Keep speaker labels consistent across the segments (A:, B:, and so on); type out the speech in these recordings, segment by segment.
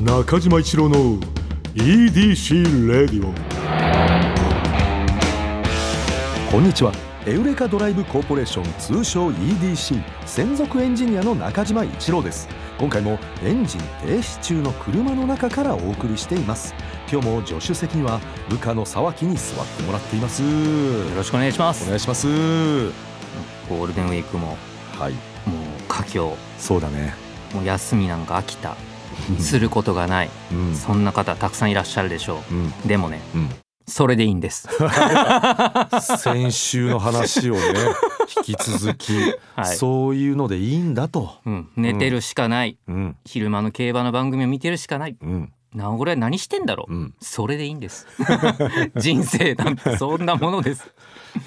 A: 中島一郎の EDC レディオ
B: こんにちはエウレカドライブコーポレーション通称 EDC 専属エンジニアの中島一郎です今回もエンジン停止中の車の中からお送りしています今日も助手席には部下の沢木に座ってもらっています
C: よ
B: お
C: ろしくお願いします
B: 願いします
C: ゴールデンウィークもも
B: はいう
C: 佳境
B: そうだね
C: もう休みなんか飽きたすることがない
B: うん
C: そんな方たくさんいらっしゃるでしょ
B: うん
C: うでもね
B: うん
C: それでいいんです
B: 先週の話を ね引き続き、
C: はい
B: そういうのでいいんだと
C: うん寝てるしかない
B: うん
C: 昼間の競馬の番組を見てるしかない
B: うん
C: なお俺は何してんだろう
B: うん
C: それでいいんです 人生なんてそんなも のです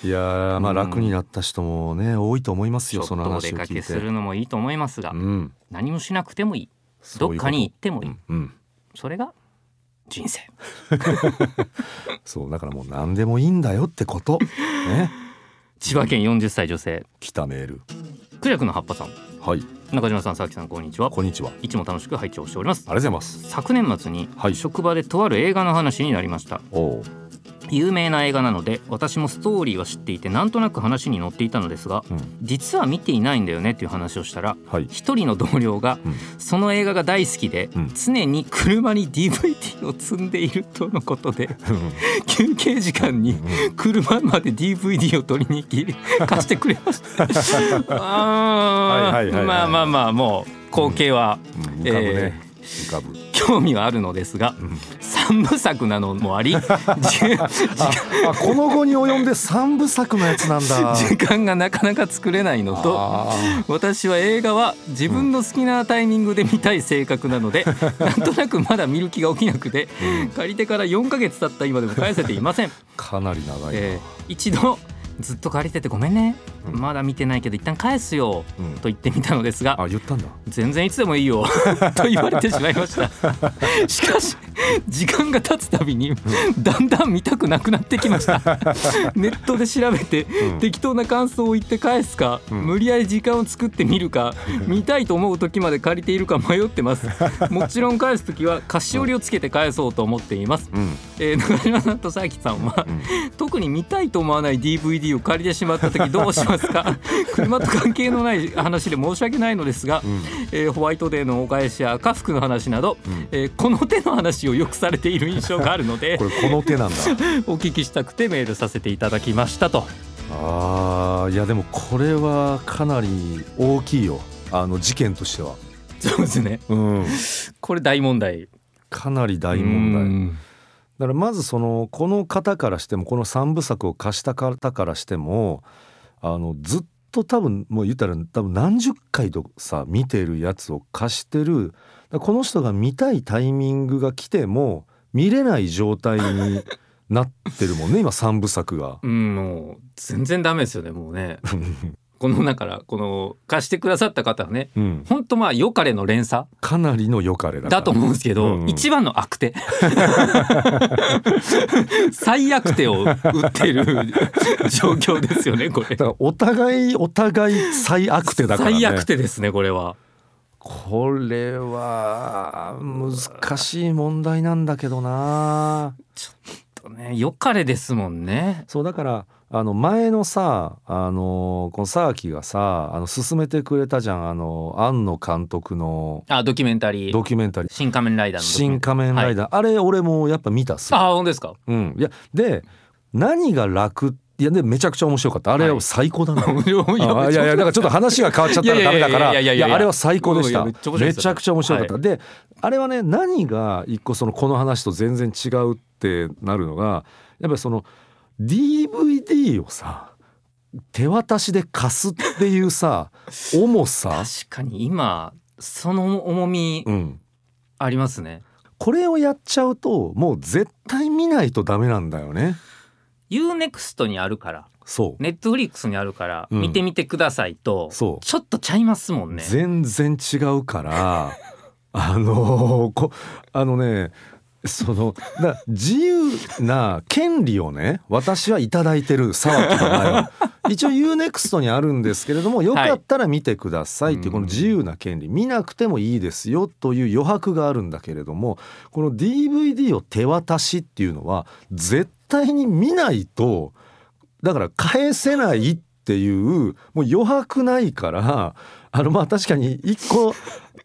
B: いやーまあ
C: うん
B: 楽になった人もね多いと思います
C: ちょ
B: よ
C: っと
B: その
C: お
B: 話
C: 出
B: を
C: か
B: 聞
C: け
B: い
C: す
B: て
C: るのもいいと思いますが
B: うん
C: 何もしなくてもいい
B: そう
C: どっ
B: いうこと
C: かに行ってもいい
B: うん
C: それが人生
B: そうだからもう何でもいいんだよって ことね
C: 千葉県40歳女性
B: 来たメール
C: クジャクの葉っぱさん
B: はい
C: 中島さん佐々木さんこんにちは
B: こんにちはあり
C: いつも楽しく拝聴しております
B: がとうございます
C: 昨年末に
B: はい
C: 職場でとある映画の話になりました
B: おおう
C: 有名な映画なので私もストーリーは知っていてなんとなく話に載っていたのですが
B: うん
C: 実は見ていないんだよねという話をしたら
B: はい
C: 一人の同僚が
B: うん
C: その映画が大好きで
B: うん
C: 常に車に DVD を積んでいるとのこ とで休憩時間に車まで DVD を取りに 行き貸してくれましたあ
B: はいはいはいは
C: ー
B: い
C: まあまあまあもう光景は
B: うん浮かぶね浮かぶ
C: 興味はあるのですが、三部作なのもあ りじ時
B: ああこの後に及んで三部作のやつなん だ
C: 時間がなかなか作れないのと
B: あー
C: 私は映画は自分の好きなタイミングで見たい性格な ので、なんとなくまだ見る気が起きなくて、借りてから4ヶ月経った今でも返せていません、
B: かなり長いな、
C: えー一度ずっと借りててごめんね、
B: うん
C: まだ見てないけど一旦返すよ、
B: うん
C: と言ってみたのですが
B: あ言ったんだ
C: 全然いつでもいいよ と言われてしまいましたしかし時間が経つたびにだんだん見たくなくなってきました ネットで調べて
B: ん
C: 適当な感想を言って返すか、
B: ん
C: 無理やり時間を作ってみるか見たいと思う時まで借りているか迷っ てますもちろん返す時は菓子折りをつけて返そうと思っています、
B: うん
C: えー中島さんと佐々木さんは、特に見たいと思わない DVD を借りてしまった時どうし ますか車と関係のない話で申し訳ないのですが、えーホワイトデーのお返しや赤服の話など、えーこの手の話をよくされている印象があるので
B: これこの手なんだ
C: お聞きしたくてメールさせていただきましたと
B: あーいやでもこれはかなり大きいよあの事件としては、
C: そうですね
B: うん、
C: これ大問題
B: かなり大問題
C: 題
B: だからまずそのこの方からしてもこの三部作を貸した方からしてもあのずっと多分もう言ったら多分何十回とさ見てるやつを貸してるだからこの人が見たいタイミングが来ても見れない状態になってるもんね今三部作が。
C: うんもう全然ダメですよねもう ねこの中からこの貸してくださった方はね
B: うん、
C: 本当まあ良かれの連鎖
B: かなりの良かれだから
C: だと思うんですけど、
B: うん
C: 一番の悪 手最悪手を打って る状況ですよねこれ
B: だからお互いお互い最悪手だからね
C: 最悪手ですねこれは
B: これは難しい問題なんだけどな
C: ね良かれですもんね
B: そうだからあの前のさあのこの沢木がさあの勧めてくれたじゃんあの庵野監督の
C: あドキュメンタリー
B: ドキュメンタリー
C: 新仮面ラ
B: 「
C: イダーのドキュメ
B: 新
C: ンタ
B: 仮面ライダー」あれ俺もやっぱ見たっす
C: リー、あ本当ですか
B: うん、いやで何が楽いやでめちゃくちゃ面白かったあれ
C: は
B: はい最高だな、
C: いや
B: あいやいやだからちょっと話が変わっちゃったらダメだから
C: いや
B: い
C: いやいやいやいや
B: やあれは最高でし
C: う
B: た
C: んい
B: め
C: やめっちゃ面白いですよ
B: ちゃくちゃ面白かった、
C: は
B: であれはね何が一個そのこの話と全然違うってなるのがやっぱりその DVD をさ手渡しで貸すっていうさ 重さ、
C: 確かに今その重み
B: うん、
C: ありますね、
B: これをやっちゃうともう絶対見ないとダメなんだよね
C: UNEXT にあるから
B: そう、
C: ネットフリックスにあるから、
B: うん
C: 見てみてくださいと
B: そう
C: ちょっとちゃいますもんね
B: 全然違うからあのこあのねそのだ自由な権利をね私はいただいてる沢木の場合 は一応 UNEXT にあるんですけれどもよかったら見てくださいっていう
C: は
B: こ
C: い
B: の自由な権利見なくてもいいですよという余白があるんだけれどもこの DVD を手渡しっていうのは絶対に見ないとだから返せないっていうもう余白ないからあのまあ確かに一個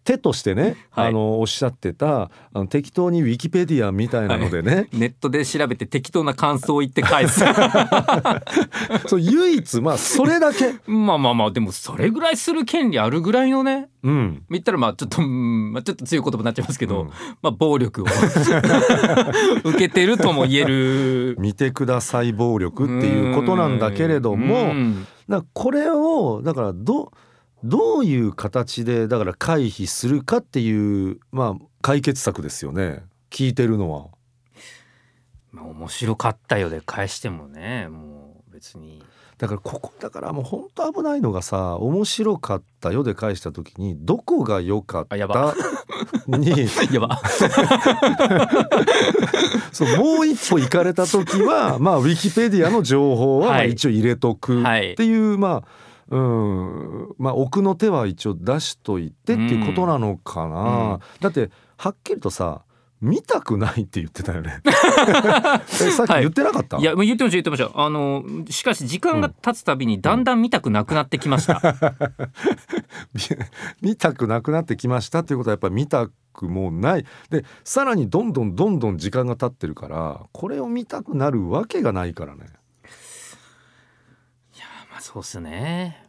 B: 手としてね、
C: はい
B: あのおっしゃってたあの適当にウィキペディアみたいなのでね、
C: ネットで調べて適当な感想を言って 返す
B: そう唯一まあそれだ け、
C: まあまあまあでもそれぐらいする権利あるぐらいのね
B: うん、
C: 言ったらまあちょっと、うんまあ、ちょっと強い言葉になっちゃいますけど、
B: うん
C: まあ暴力 を受けてるとも言 える
B: 見てください暴力っていうことなんだけれども、
C: うん
B: だからこれをだからどどういう形でだから回避するかっていうまあ解決策ですよね聞いてるのは。
C: まあ面白かったよで返してもねもう 別に
B: だからここだからもう本当危ないのがさ面白かったよで返した時にどこが良かった
C: あやば
B: に
C: やば
B: そうもう一歩行かれた時 はまあウィキペディアの情報はま
C: は
B: あ
C: い
B: 一応入れとくっ
C: はい
B: ていう、まあうんまあ奥の手は一応出しといてっていうことなのかな、
C: うんうん
B: だってはっきりとさ見たくないって言ってたよ ねえさっき言ってなかった、
C: いやもう言ってました言ってましたあのしかし時間が経つたびにだんだん見たくなくなってきました、
B: み見たくなくなってきましたっていうことはやっぱり見たくもないでさらにどんどんどんどん時間が経ってるからこれを見たくなるわけがないからね。
C: まあ そうっすね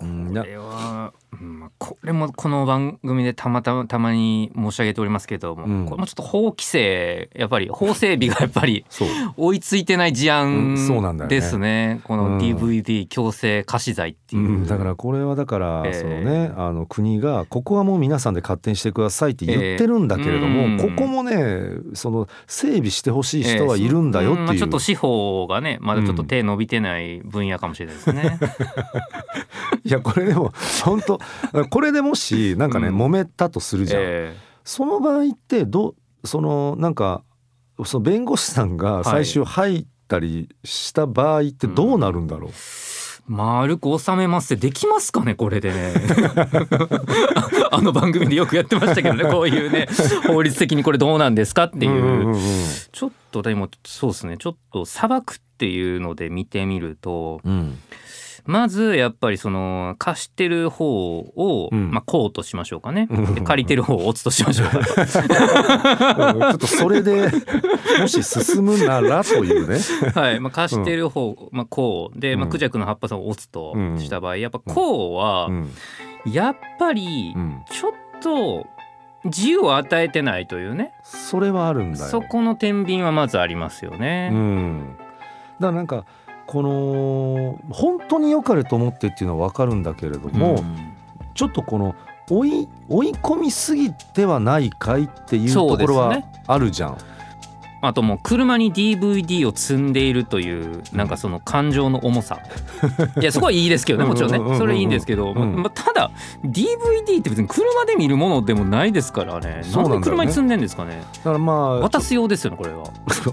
B: うん
C: こ
B: な
C: れは、うんまあ、これもこの番組でたまたまたまに申し上げておりますけども、
B: うん
C: これもちょっと法規制やっぱり法整備がやっぱり
B: そう
C: 追いついてない事案
B: うんそうなんだよね
C: ですね,、こ
B: うん
C: の DVD 強制貸し罪っていう、
B: うん、だからこれはだから、
C: えー
B: そのねあの国がここはもう皆さんで勝手にしてくださいって言ってるんだけれども、
C: えーうん
B: ここもねその整備してほしい
C: ええ
B: 人はいるんだよっていう、
C: まあ、ちょっと司法がねまだちょっと手伸びてない分野かもしれないですね。
B: いやこれでも本当これでもしなんかね、
C: うん
B: 揉めたとするじゃん、
C: え
B: その場合ってどうそのなんかその弁護士さんが最終入ったりした場合ってどうなるんだろう、
C: え丸く収めますってできますかねこれで ねあの番組でよくやってましたけどねこうい うね法律的にこれどうなんですかっていう,、
B: うんうんうん
C: ちょっとでもそうですねちょっと裁くっていうので見てみると
B: うん
C: まずやっぱりその貸してる方を、
B: うん
C: まあ、こうとしましょうかね、
B: うん
C: で借りてる方をオツとしましょうか
B: うんちょっとそれでもし進むならという ね。
C: はい、まあ、貸してる方、まあ、こうで、ま
B: う
C: あ、
B: ん
C: クジャクの葉っぱさんを押すとした場合、やっぱ
B: うん
C: こうは
B: うん
C: やっぱり
B: うん
C: ちょっと自由を与えてないというね、
B: それはあるんだよ。
C: そこの天秤はまずありますよ
B: う
C: ね。
B: ん、だからなんかこの本当に良かれと思ってっていうのは分かるんだけれども、ちょっとこの追い追い込みすぎてはないかいっていう
C: そう
B: と
C: で
B: こ
C: すね
B: ろはあるじゃん。
C: あともう車に DVD を積んでいるというなんかその感情の重 さいやそこはいいですけどねもちろん
B: うんうんうんう
C: ね
B: ん
C: それいいんですけど、ま
B: うん
C: まただ DVD って別に車で見るものでもないですからね
B: そうなんだよね
C: なんで車に積んでんですかね
B: だからま
C: 渡す用ですよねこれは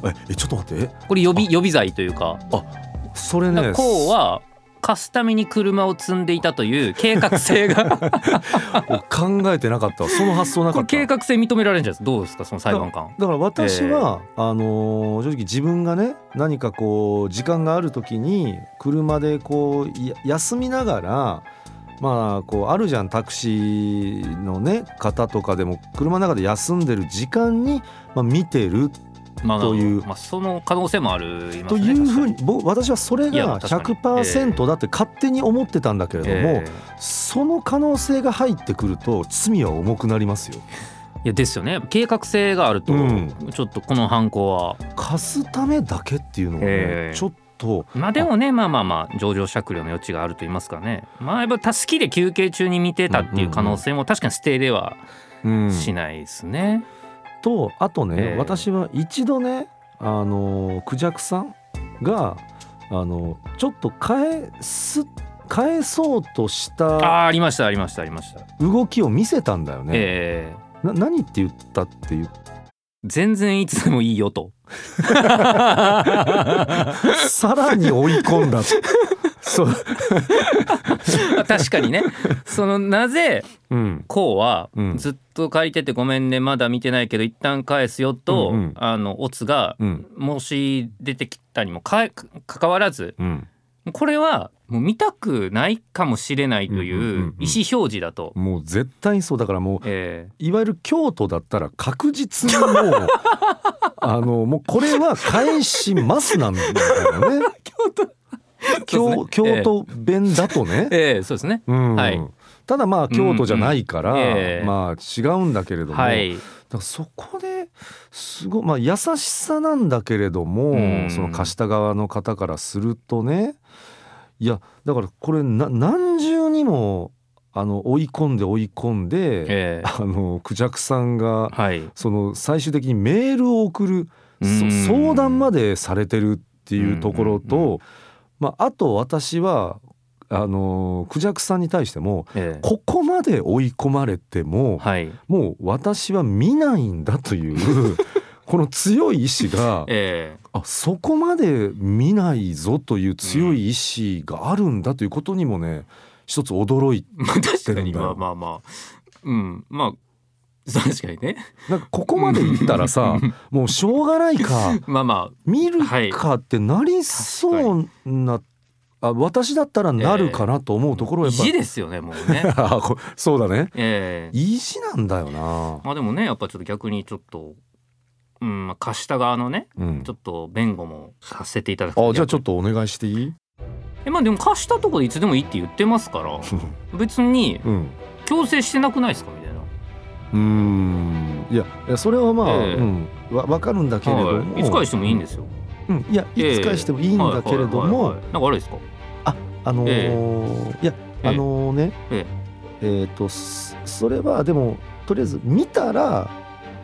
B: あえちょっと待って
C: これ予備予備罪というか
B: えそれ
C: だか
B: ね
C: らこうは貸すために車を積んでいたという計画 性が
B: 考えてなかったわその発想な
C: こ
B: か
C: れ
B: った
C: 計
B: だか
C: 画性認められるんじゃないですかどうですかその裁判官
B: ら私は、あのー正直自分がね何かこう時間がある時に車でこうや休みながらまあこうあるじゃんタクシーのね方とかでも車の中で休んでる時間に、まあ、見てる
C: まあ
B: という
C: まあ、その可能性もあるいます
B: と
C: ね
B: いうふう
C: 確
B: に僕私はそれ
C: いや
B: が
C: 確かに
B: 100%だって勝手に思ってたんだけれ
C: か
B: ど
C: に
B: も、
C: ええ
B: その可能性が入ってくると罪は重くなりますよ。
C: いやですよね計画性があると、
B: うん
C: ちょっとこの犯行は
B: 貸すためだけっていうのはね、
C: ええ
B: ちょっと
C: まあでもねまあまあまあ情状酌量の余地があると言いますかねまあやっぱ好きで休憩中に見てたっていう可能性も確かに捨てでは
B: うん
C: しないですね、
B: とあとね、
C: ええ
B: 私は一度ねあのクジャクさんがあのちょっと返す返そうとした
C: ああーありましたありましたありました、
B: 動きを見せたんだよね。
C: ええ
B: な何って言ったっていう
C: 全然いつでもいいよと
B: さらに追い込 んだそう、
C: あ 確かにねそのなぜ
B: うん、
C: こうは
B: うん
C: ずっと借りててごめんねまだ見てないけど一旦返すよと、
B: うんうん
C: あのオツが
B: うん
C: 申し出てきたにもかかかわらず
B: うん
C: これはもう見たくないかもしれないという
B: うんうんうんうん
C: 意思表示だと、
B: もう絶対にそうだからもう
C: え
B: いわゆる京都だったら確実にもうあのもうこれは返しますなんだよ ね京
C: そうですね
B: 京都弁だとね
C: ー、えーそうですね
B: うん
C: はい
B: ただまあ京都じゃないから、
C: うんうんええ
B: まあ違うんだけれども、
C: はい
B: だからそこですごい、まあ、優しさなんだけれども、
C: うん
B: その貸した側の方からするとねいやだからこれな何重にもあの追い込んで追い込んで、
C: えー
B: あのクジャクさんが
C: はい
B: その最終的にメールを送るそ
C: うん
B: 相談までされてるっていうところと、
C: うんうん
B: まあ、あと私はあのクジャクさんに対しても
C: えー
B: ここまで追い込まれても、
C: はい
B: もう私は見ないんだと いうこの強い意志が
C: え
B: あそこまで見ないぞという強い意志があるんだということにもね一つ驚いて
C: ーまあ確か
B: してるん
C: に
B: だ
C: まあまあまあうんまあ確かにね
B: なんかここまでいったら さもうしょうがないか
C: まあま
B: 見る
C: はい
B: かってなりそうな、あ私だったらなるかなと思うところ
C: あ
B: はや
C: 意
B: っぱ
C: 地
B: り、
C: ですよねもう ね
B: あこそうだね
C: ええ
B: 意地なんだよな、
C: まあでもねやっぱちょっと逆にちょっと、うんまあ、貸した側のね
B: うん
C: ちょ、っと弁護もさせていただく
B: あじゃあちょっ
C: と
B: とお願いしていい、
C: えまあでも貸したとこでいつでもいいって言ってますから 別に
B: うん
C: 強制してなくないですかみたいな、
B: うーんいやいやそれはまあ、
C: ええ
B: うん、わ分かるんだけれども、
C: はい、いつ返してもいいんですよ
B: うん、いやいつ返してもいいんだけれども、
C: はいはいはいはいなんか悪いですか
B: あのー
C: え
B: いや
C: ええ
B: あのね
C: え
B: えっ、とそそれはでもとりあえず見たら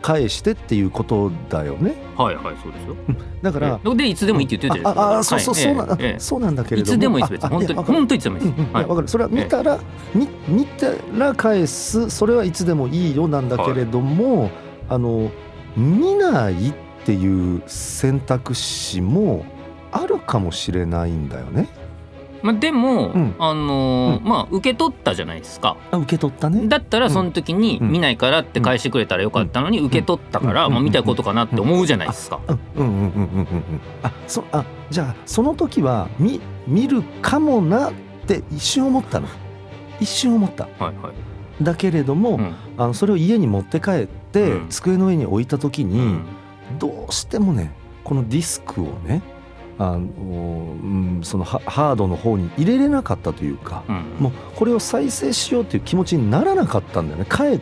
B: 返してっていうことだよね
C: はいはいそうですよ
B: だから、
C: ええでいつでもいいって言ってるじゃ
B: あ
C: ないですか
B: ああそうそう、
C: はい
B: そうなん、
C: ええええ
B: そうなんだけれ
C: い
B: ども
C: つでもいいです別
B: あ
C: に
B: あいやわ
C: 本当に
B: かる
C: 本当にいつでもいい
B: うんう
C: で
B: ん
C: す、
B: いやわかるそれは見たら、み見たら返すそれはいつでもいいよなんだけれども、あの見ないっていう選択肢もあるかもしれないんだよね。
C: まあ、でも、
B: うん
C: あのー
B: う
C: まあ受け取ったじゃないですか
B: あ受け取ったね。
C: だったらその時に
B: うん
C: 見ないからって返してくれたらよかったのに受け取ったから
B: うん
C: まあ見たいことかなって思うじゃないですか。
B: うんうんうんうんうんうんうん。あそあじゃあその時は見見るかもなって一瞬思ったの。一瞬思った。
C: はいはい。
B: だけれども、
C: うん
B: あのそれを家に持って帰って、
C: うん
B: 机の上に置いた時に。
C: うん
B: どうしてもねこのディスクをねあの、うん、そのハハードの方に入れれなかったというか、もうこれを再生しようという気持ちにならなかったんだよね帰っ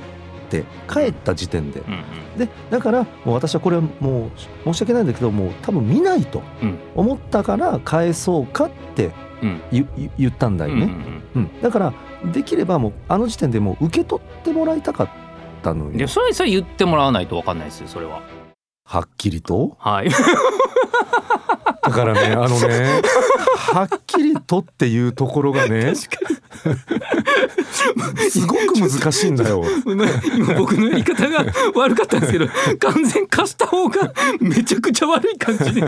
B: て帰った時点で。
C: うんうん
B: でだからもう私はこれはもう申し訳ないんだけどもう多分見ないと
C: うん
B: 思ったから返そうかって
C: うん
B: ゆゆ言ったんだよ
C: うんう
B: ね、
C: ん
B: うんだからできればもうあの時点でもう受け取ってもらいたかったの
C: うんいや
B: よ
C: それそれ言ってもらわないとわかんないですよそれは。
B: はっきりと。
C: はい。
B: だからね、あのね、はっきりとっていうところがね、すごく難しいんだよ。
C: 今僕の言い方 が悪かったんですけど完全貸した方がめちゃくちゃ悪い感じで。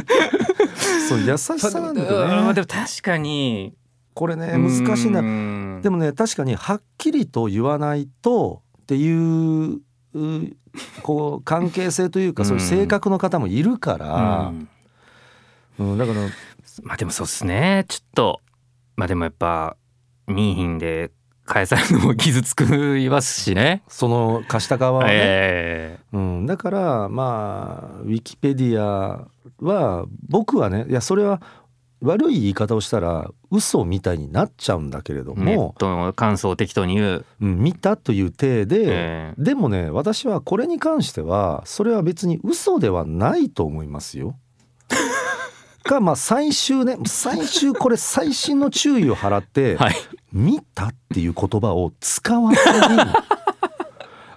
B: そう優しさなんだよ
C: で
B: ね。
C: も確かに
B: これね難しいんだ。
C: な
B: でもね、確かにはっきりと言わないとっていううこう関係性というか、そういう性格の方もいるから、うん、だから
C: まあでもそうっすねちょっとまあでもやっぱミーヒンで返されるのも傷つくいますしね。
B: その貸した側はね。
C: え
B: うん、だからまあウィキペディアは僕はねいやそれは悪い言い方をしたら嘘みたいになっちゃうんだけれど
C: えネ
B: も
C: ッ、トの感想を適当に言う。
B: うん、見たという体で、
C: ええ
B: でもね私はこれに関してはそれは別に嘘ではないと思います よ。かまあ最終ね最終これ最新の注意を払って「
C: はい。
B: 見た」っていう言葉を使わずに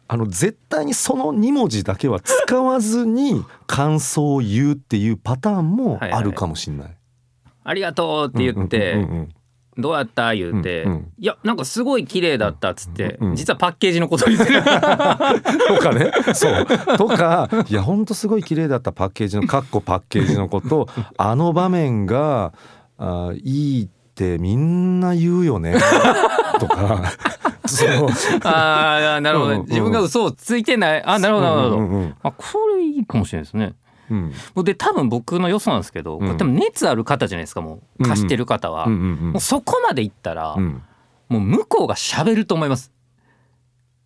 B: あの絶対にその2文字だけは使わずに感想を言うっていうパターンもあるかもしれない。
C: ありがとうって言っ
B: うん
C: て
B: うんうん
C: どうやった言うて、
B: うんうん
C: いやなんかすごい綺麗だったっつって、
B: うんうん
C: 実はパッケージのこと 言ってる
B: とかねそうとかいやほんとすごい綺麗だったパッケージのかっこパッケージのことあの場面があいいってみんな言うよねとかそう
C: ああなるほど、ね
B: うんうん
C: 自分が嘘をついてないあなるほどなるほど、
B: うんうん
C: あこれいいかもしれないですね
B: うん
C: で多分僕の予想なんですけど、これ多分熱ある方じゃないですかもう貸してる方は、
B: うんうんうん
C: もうそこまでいったら、
B: うん
C: もう向こうが喋ると思います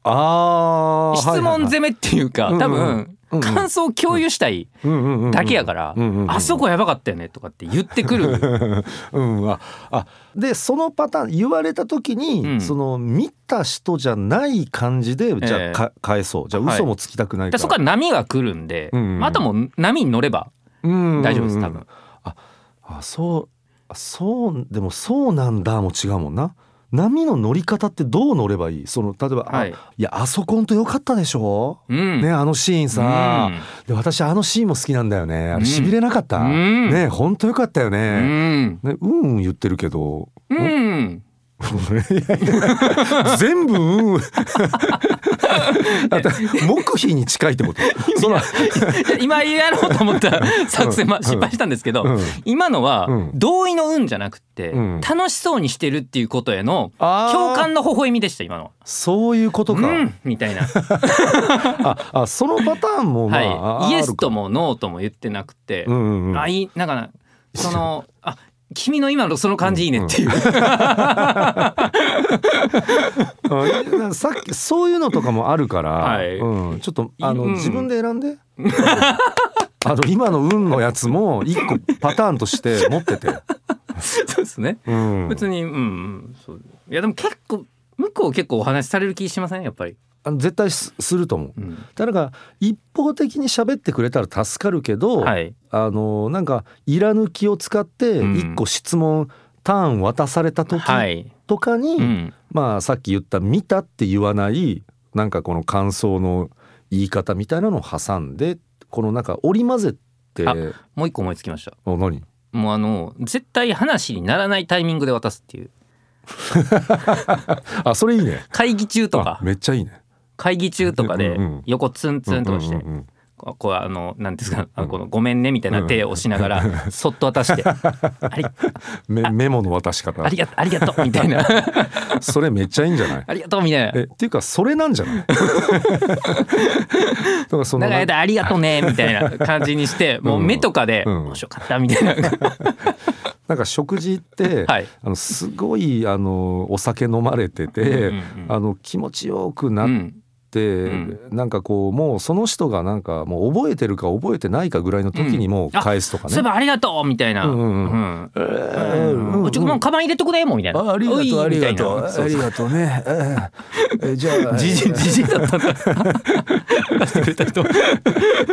B: あー
C: 質問
B: はい
C: 攻めっていうか、
B: うんうん
C: 多分、
B: うんうん
C: 感想を共有したい
B: はいはいうんうんうん
C: だけやから、
B: うんうんうん
C: あそこやばかったよねとかって言ってくる
B: うんああでそのパターン言われた時に、
C: うん
B: その見た人じゃない感じでじゃあ、
C: ええ
B: か返そうじゃあ
C: はい
B: 嘘もつきたくないか
C: で
B: ら、
C: そこは波が来るんで、
B: うんうんうん
C: あとはもう波に乗れば
B: うん
C: 大丈夫です多分、
B: あそうあそうでもそうなんだも違うもんな波の乗り方ってどう乗ればいいその例えば、あ
C: はいい、
B: やあそこんとよかったでしょ、
C: うん
B: ねあのシーンさ、
C: うん
B: で私あのシーンも好きなんだよねあ
C: う
B: れ
C: ん
B: しびれなかった、
C: うん
B: ねほんとよかったよ
C: う
B: ね、
C: ん
B: ねうんうん言ってるけど
C: うん
B: 全部 うんあと黙秘に近い ってことそら
C: いや今やろうと思った作戦は失敗したんですけど、
B: うん
C: 今のは
B: うん
C: 同意の運じゃなくて、
B: うん
C: 楽しそうにしてるっていうことへの
B: あー
C: 共感の微笑みでした今のは。
B: そういうことか、
C: うんみたいな、
B: ああそのパターンもまあ,あ、
C: はい、イエスと
B: も、
C: もノーとも言ってなくて、
B: うんうんうん、
C: あいいなんかなそのあ君の今のその感じいいねっていう、
B: あさっきそういうのとかもあるから、
C: はい
B: うん、ちょっとあの、
C: うん
B: 自分で選んで あの今の運のやつも一個パターンとして持ってて、
C: そうですね
B: うん、
C: 別にうん、うん、そういやでも結構向こう結構お話しされる気しませんやっぱり、
B: あの絶対すすると思う
C: うん、
B: だから一方的に喋ってくれたら助かるけど、
C: はい
B: あのなんかいらぬ気を使って
C: うん
B: 一個質問、ターン渡された時
C: はい、
B: とかに、
C: うん、
B: まあさっき言った「見た」って言わないなんかこの感想の言い方みたいなのを挟んでこのなんか織り交ぜて
C: あもう一個思いつきました
B: お何
C: もうあの絶対話にならないタイミングで渡すっていう
B: あそれいい ね
C: 会議中と
B: あ
C: か
B: めっちゃいいね
C: 会議中とか
B: う
C: で
B: んうん
C: 横ツンツンとかして
B: うんうんうん
C: ここうあの何ですかあ
B: うん
C: のこのごめんねみたいな手をしながらそっと 渡してあり
B: めメモの渡し方
C: ありが ありがとうみたいな
B: それめっちゃいいんじゃ ない
C: ありがとうみたいな
B: えっていうかそれなんじゃない だからその
C: 長い間ありがとうねみたいな感じにしてもう目とかで
B: うん
C: 面白かったみたいな
B: なんか食事って、
C: はい
B: あのすごいあのお酒飲まれてて、
C: うんうんうん
B: あの気持ちよく
C: う
B: なっ
C: ん
B: て、
C: ん
B: なんかこうもうその人がなんかもう覚えてるか覚えてないかぐらいの時にもう
C: あ
B: 返すとか
C: そういえ
B: ね。
C: ばありがとうみたいな
B: うんうんう
C: うん
B: えーうん
C: うんちょっともうカバン入れてくれもうみたいな
B: あありがと
C: おいう
B: ありがと
C: み
B: う
C: たいなそう
B: ありがとうね。えーえじゃ あ
C: じじじじだったんだ出してくれた人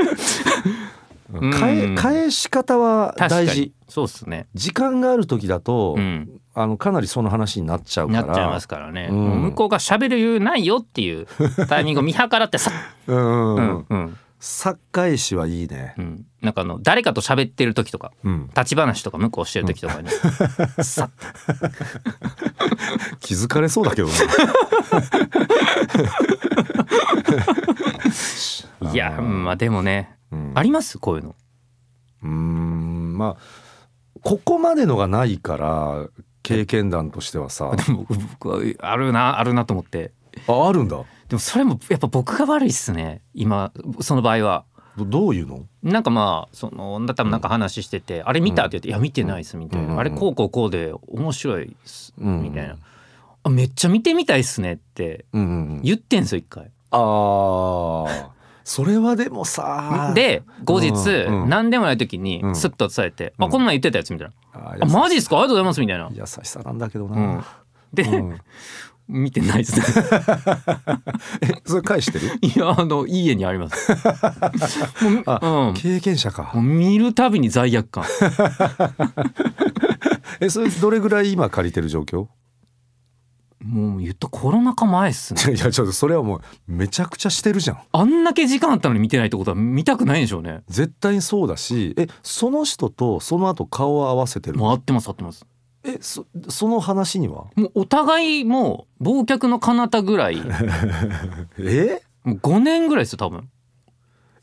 B: うん返返し方は
C: 確か
B: 大
C: に
B: 事。
C: そうっすね
B: 時間がある時だと、
C: うん
B: あのかなりその話になっちゃうか
C: な
B: ら。
C: っちゃいますからね、
B: うん
C: もう向こうが喋る余裕ないよっていうタイミングを見計らってさ、
B: うん
C: う
B: うんん。
C: うん
B: さっ返しはいいね。
C: うん、なんかあの誰かと喋ってる時とか
B: うん。
C: 立ち話とか向こうしてる時とかに、さ っ
B: 気づかれそうだけど ね。
C: いやまあでもね、
B: うん
C: ありますこういうの
B: うーんまあここまでのがないから経験談としてはさ
C: でも僕はあるなあるなと思って
B: ああるんだ
C: でもそれもやっぱ僕が悪いっすね今その場合は。
B: どどういうの
C: なんかまあその多分なんか話してて「あれ見た?」って言って「いや見てないっす」みたい
B: うん
C: な「あれこうこうこうで面白いっす」
B: うん
C: みたいな「あめっちゃ見てみたいっすね」って
B: うんうんうん
C: 言ってんすよ一回。
B: あーそれはでもさ
C: で後日
B: うんうん
C: 何でもない時に
B: うん
C: スッと伝えて「
B: う
C: あ
B: ん
C: この前言ってたやつ」みたいな
B: あ
C: 「
B: ー
C: あマジっすかありがとうございます」みたいな。
B: 優しさなんだけど
C: う、、
B: なん
C: で、
B: うん
C: 見てないっす ね
B: えそれ返してる
C: いやあのいい家にあり ます。もううん
B: 経験者か
C: もう見るたびに罪悪感
B: えそれどれぐらい今借りてる状況
C: もう言ったコロナ禍前っすね
B: いやちょっとそれはもうめちゃくちゃしてるじゃん
C: あんだけ時間あったのに見てないってことは見たくないんでしょうね
B: 絶対にそうだしえその人とその後顔は合わせてる
C: もう合ってます合ってます
B: えそその話には
C: もうお互いもう忘却の彼方ぐらいも
B: え
C: う5年ぐらいですよ多分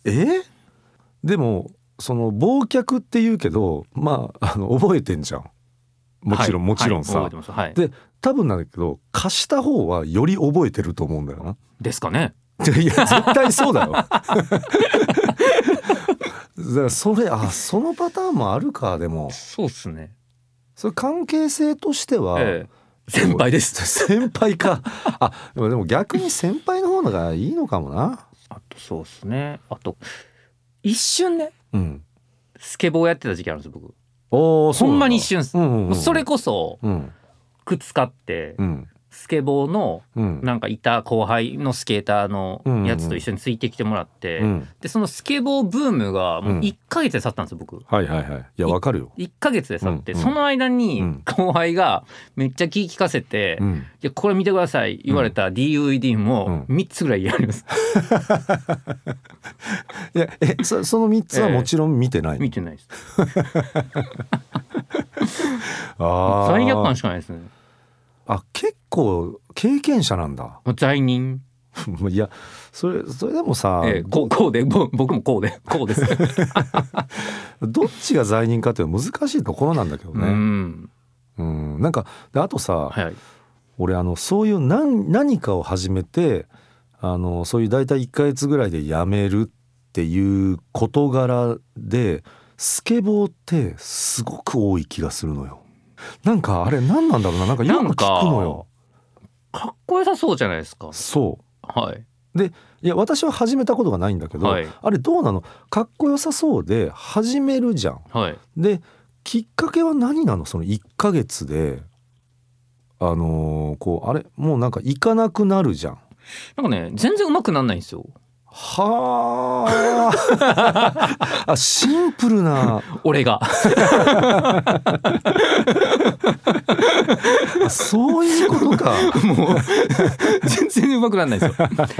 B: えでもその忘却って言うけどまああの覚えてんじゃんもちろん、
C: はい
B: もちろんさ、
C: はい覚えてますはい、
B: で多分なんだけど貸した方はより覚えてると思うんだよな
C: ですかね
B: いやいや絶対そうだよ だからそれあそのパターンもあるかでも
C: そうっすね、
B: それ関係性としては、
C: ええ、先輩です
B: 先輩かあでもでも逆に先輩の方がいいのかもな
C: あとそうっすねあと一瞬ね
B: うん
C: スケボーやってた時期あるんですよ僕
B: おーそ
C: ほ
B: うなんだ
C: まに一瞬っす、
B: うんうんうん、
C: それこそ
B: うん
C: 靴買って、
B: うん
C: スケボーの
B: うん
C: なんかいた後輩のスケーターのやつと一緒についてきてもらって、
B: うん
C: でそのスケボーブームがもう1ヶ月で去ったんですよ僕。
B: はいはいはいいやわかるよ、
C: 1ヶ月で去って、
B: うんうん
C: その間に
B: うん
C: 後輩がめっちゃ気聞かせて「
B: うん、
C: いやこれ見てください」言われた DVD も
B: う
C: 3つぐらいやります、
B: いやえそその3つはもちろん見てないの、
C: 見てないです
B: あー
C: 罪悪感しかないですね
B: あ結構経験者なんだ
C: もう罪人、
B: いやそれそれでもさ、
C: ええこうこうでぼ僕もこうでこ うです、
B: どっちが罪人かっていうのは難しいところなんだけど
C: う
B: ね。
C: ん
B: うん、なんかであとさ、
C: はい
B: 俺あのそういう何何かを始めてあのそういう大体1ヶ月ぐらいでやめるっていう事柄でスケボーってすごく多い気がするのよ。なんかあれ何なんだろうななんかよく聞くのよ。
C: かっこよさそうじゃないですか
B: そ
C: はいう
B: いや私は始めたことがないんだけど、
C: はい
B: あれどうなのかっこよさそうで始めるじゃん。
C: はい
B: できっかけは何なのその1ヶ月であのーこうあれもうなんか行かなくなるじゃん。
C: なんかね全然上手くなんないんですよ
B: はああシンプルな
C: 俺が
B: あそういうことか。
C: もう全然上手くなんないで す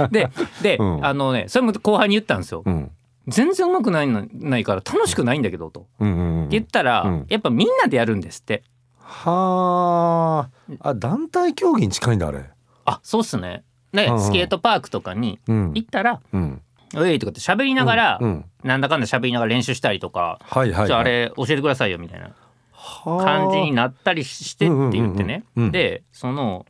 C: よでで、
B: うん
C: あのねそれも後輩に言ったんですよ
B: うん
C: 全然上手くないのないから楽しくないんだけどと
B: うんうんうん
C: 言ったら、
B: うん
C: やっぱみんなでやるんですって
B: はああ団体競技に近いんだあれ。
C: あそうっすねね、
B: うんうん
C: スケートパークとかに
B: うん
C: 行ったら
B: うん
C: 「おい」とかって喋りながら、
B: うんうん
C: なんだかんだ喋りながら練習したりとか、
B: はいはいはい、
C: じゃああれ教えてくださいよみたいな感じになったりしてって言ってね、
B: うんうんうんうん
C: でその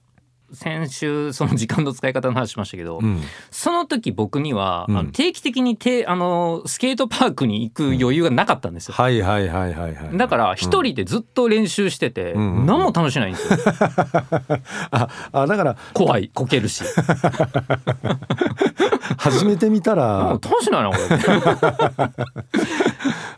C: 先週その時間の使い方の話しましたけど、
B: はあうん
C: その時僕には、
B: うん
C: あの定期的にてあのスケートパークに行く余裕がなかったんですよ。
B: はいはいはいはいはい。
C: だから
B: うん
C: 一人でずっと練習してて、
B: うんうんうん
C: 何も楽しないん ですよ。
B: ああだから
C: 怖いこ けるし
B: 始めてみた
C: も
B: ら
C: う楽しないなこ れ、はい、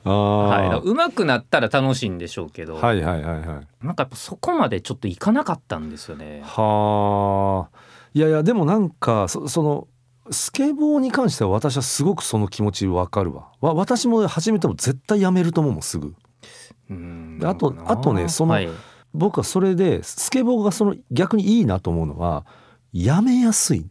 B: ああ
C: だから上手くなったら楽しいんでしょうけど、
B: はいはいはいはい。
C: なんかやっぱそこまでちょっといかなかったんですよね
B: はあいやいやでもなんかそそのスケボーに関しては私はすごくその気持ちわかるわわ私も始めても絶対やめると思うもんすぐ
C: うん
B: であと
C: なのかな
B: あとねその
C: はい
B: 僕はそれでスケボーがその逆にいいなと思うのはやめやすい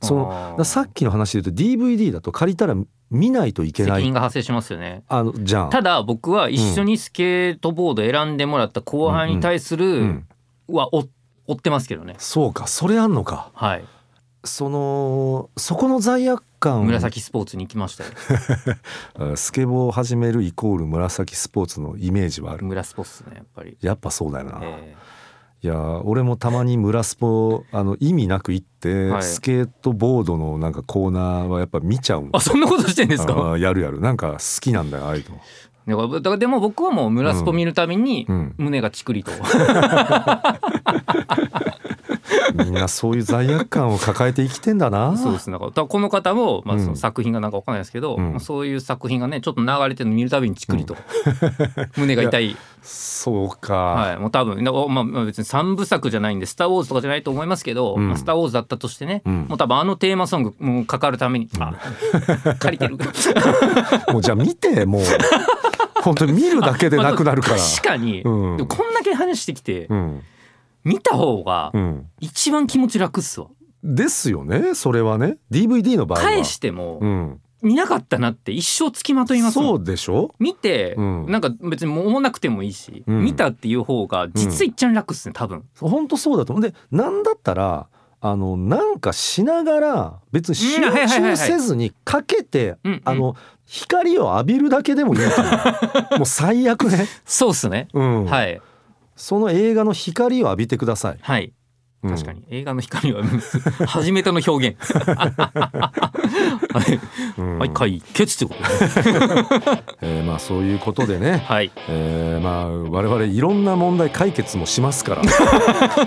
B: その
C: あー
B: だからさっきの話で言うと DVD だと借りたら見ないといけな
C: 責
B: い
C: 任が発生しますよね
B: あのじゃん
C: ただ僕は一緒にスケートボード選んでもらった後輩に対す
B: う
C: る
B: ん、
C: は追追ってますけどね
B: そうかそれあんのか
C: はい
B: そのそこの罪悪感
C: 紫スポーツに行きましたよ
B: あスケボーを始めるイコール紫スポーツのイメージはある
C: 村スポーツねやっぱり、
B: やっぱそうだよな、
C: え
B: いやー俺もたまに村スポあの意味なく行って、
C: はい
B: スケートボードのなんかコーナーはやっぱ見ちゃうん
C: ーあそんなことしてんですか
B: あーやるやるなんか好きなんだよああいうの
C: だからだからでも僕はもう村スポ見るために
B: うん
C: 胸がチクリと、
B: みんなそういう罪悪感を抱えて生きてんだな
C: そうですね。だからだからこの方も、まあ、
B: うん
C: その作品がなんかわかんないですけど、
B: うん
C: まあそういう作品がね、ちょっと流れてるの見るたびにチクリと、 胸が痛い。
B: そうか、
C: はい、もう多分、なおまあ、まあ別に三部作じゃないんで、スターウォーズとかじゃないと思いますけど、
B: うん
C: まあスターウォーズだったとしてね、
B: うん
C: もう多分あのテーマソングもうかかるために、あ、借りてる。
B: もうじゃあ見て もう本当に見るだ けでなくなるから、
C: まあ確かに、
B: うん
C: でもこんだけ話してきて、
B: うん
C: 見た方が
B: うん
C: 一番気持ち楽っすわ。
B: ですよねそれはね DVD の場合は
C: 返しても、
B: うん
C: 見なかったなって一生つきまといますもん
B: そうでしょ
C: 見て、
B: うん
C: なんか別にももなくてもいいし、
B: うん
C: 見たっていう方が実いっちゃん楽っすね多分、
B: 本当そうだと思うでなんだったらあのなんかしながら別に集
C: うんはいはいはい
B: 中
C: はい
B: せずにかけて、
C: うんうん
B: あの光を浴びるだけでもいいから もう最悪ね、
C: そうっすね、
B: うん
C: はい
B: その映画の光を浴びてください、
C: はい
B: うん
C: 確かに、映画の光は初めての表現 はい、
B: うん
C: はい、解決ってことね
B: えーまあそういうことでね、
C: はい
B: えーまあ我々いろんな問題解決もします から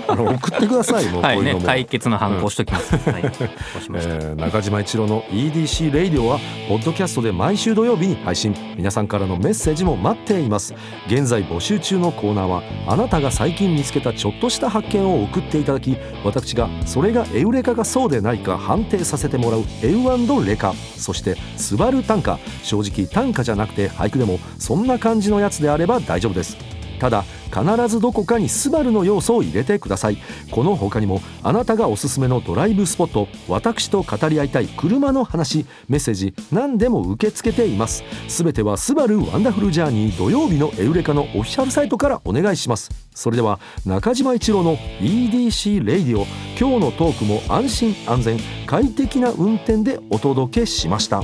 B: あの送ってくださいもうこう
C: はい
B: いうの
C: ね
B: も、
C: 解決の反抗しときます、はい 押し
B: え
C: ました、
B: ー中島一郎の EDC レイディオはポッドキャストで毎週土曜日に配信皆さんからのメッセージも待っています現在募集中のコーナーはあなたが最近見つけたちょっとした発見を送っていただき私がそれがエウレカかそうでないか判定させてもらうエウレカそしてスバル短歌正直短歌じゃなくて俳句でもそんな感じのやつであれば大丈夫ですただ必ずどこかにスバルの要素を入れてくださいこの他にもあなたがおすすめのドライブスポット私と語り合いたい車の話メッセージ何でも受け付けていますすべては「スバルワンダフルジャーニー土曜日のエウレカ」のオフィシャルサイトからお願いしますそれでは中島一郎の EDC レイディオ今日のトークも安心安全快適な運転でお届けしました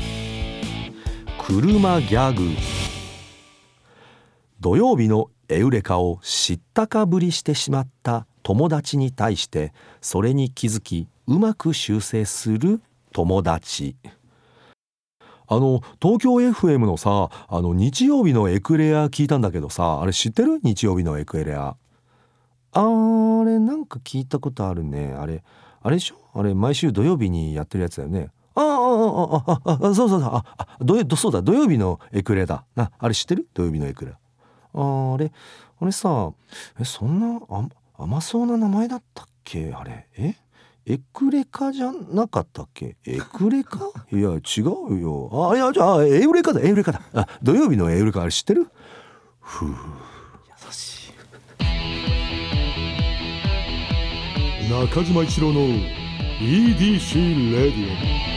B: 車ギャグ土曜日のエウレカを知ったかぶりしてしまった友達に対してそれに気づきうまく修正する友達あの東京 FM のさあの日曜日のエクレア聞いたんだけどさあれ知ってる日曜日のエクレアあーあれなんか聞いたことあるねあれあれでしょあれ毎週土曜日にやってるやつだよねあーあーあーあーあーあーそうそうそうああ土曜そうだ土曜日のエクレアだなあれ知ってる土曜日のエクレアああれあれさえそんなあ甘そうな名前だったっけあれえエクレカじゃなかったっけエクレカいや違うよあいやじゃあエウレカだエウレカだあ土曜日のエウレカあれ知ってる
C: 優しい
A: 中島一郎の EDC レディオ